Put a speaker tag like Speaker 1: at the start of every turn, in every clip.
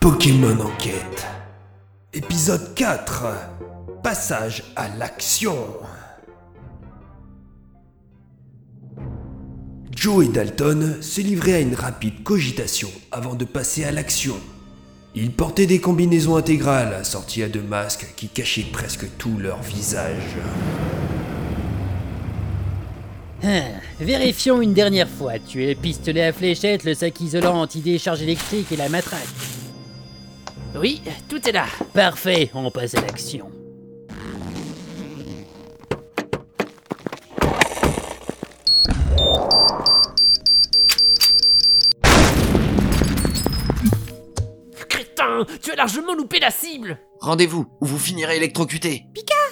Speaker 1: Pokémon Enquête. Épisode 4. Passage à l'action. Joe et Dalton se livraient à une rapide cogitation avant de passer à l'action. Ils portaient des combinaisons intégrales assorties à de masques qui cachaient presque tout leur visage.
Speaker 2: Hein, Vérifions une dernière fois. Tu es le pistolet à fléchette, le sac isolant anti-décharge électrique et la matraque.
Speaker 3: Oui, tout est là.
Speaker 2: Parfait, on passe à l'action.
Speaker 3: Crétin, tu as largement loupé la cible.
Speaker 4: Rendez-vous ou vous finirez électrocuté.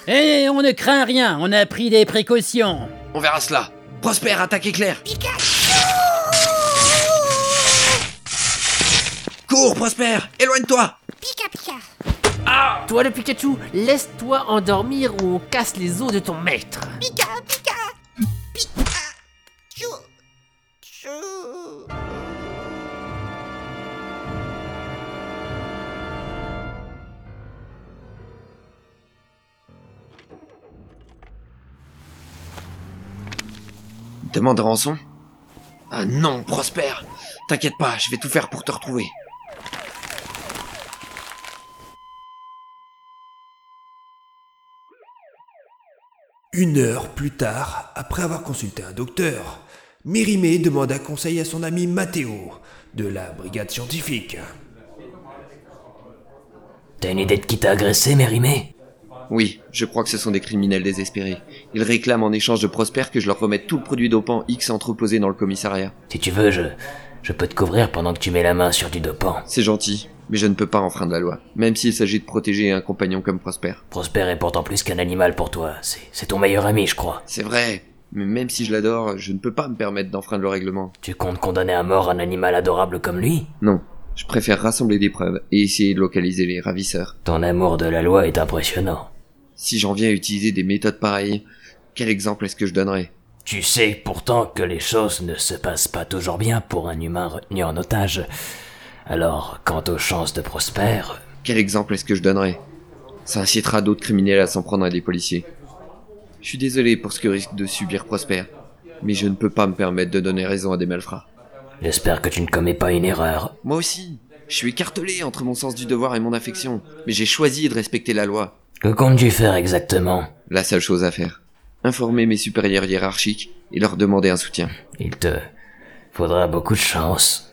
Speaker 2: Et Eh, on ne craint rien, on a pris des précautions.
Speaker 4: On verra cela. Prosper, attaque éclair. Cours, Prosper, éloigne-toi.
Speaker 3: Toi, le Pikachu, laisse-toi endormir ou on casse les os de ton maître.
Speaker 4: Demande rançon. Ah non, Prosper. T'inquiète pas, je vais tout faire pour te retrouver.
Speaker 1: Une heure plus tard, après avoir consulté un docteur, Mérimée demanda conseil à son ami Matteo, de la brigade scientifique.
Speaker 5: T'as une idée de qui t'a agressé, Mérimée
Speaker 4: Oui, je crois que ce sont des criminels désespérés. Ils réclament en échange de Prosper que je leur remette tout le produit dopant X entreposé dans le commissariat.
Speaker 5: Si tu veux, je, je peux te couvrir pendant que tu mets la main sur du dopant.
Speaker 4: C'est gentil, mais je ne peux pas enfreindre la loi, même s'il s'agit de protéger un compagnon comme Prosper.
Speaker 5: Prosper est pourtant plus qu'un animal pour toi. C'est c'est ton meilleur ami, je crois.
Speaker 4: C'est vrai, mais même si je l'adore, je ne peux pas me permettre d'enfreindre le règlement.
Speaker 5: Tu comptes condamner à mort un animal adorable comme lui
Speaker 4: Non, je préfère rassembler des preuves et essayer de localiser les ravisseurs.
Speaker 5: Ton amour de la loi est impressionnant.
Speaker 4: Si j'en viens à utiliser des méthodes pareilles, quel exemple est-ce que je donnerais
Speaker 5: Tu sais pourtant que les choses ne se passent pas toujours bien pour un humain retenu en otage. Alors, quant aux chances de Prosper,
Speaker 4: Quel exemple est-ce que je donnerais Ça incitera d'autres criminels à s'en prendre à des policiers. Je suis désolé pour ce que risque de subir Prosper, mais je ne peux pas me permettre de donner raison à des malfrats.
Speaker 5: j'espère que tu ne commets pas une erreur.
Speaker 4: Moi aussi, je suis écartelé entre mon sens du devoir et mon affection, mais j'ai choisi de respecter la loi.
Speaker 5: Que comptes-tu faire exactement
Speaker 4: La seule chose à faire, informer mes supérieurs hiérarchiques et leur demander un soutien.
Speaker 5: Il te faudra beaucoup de chance.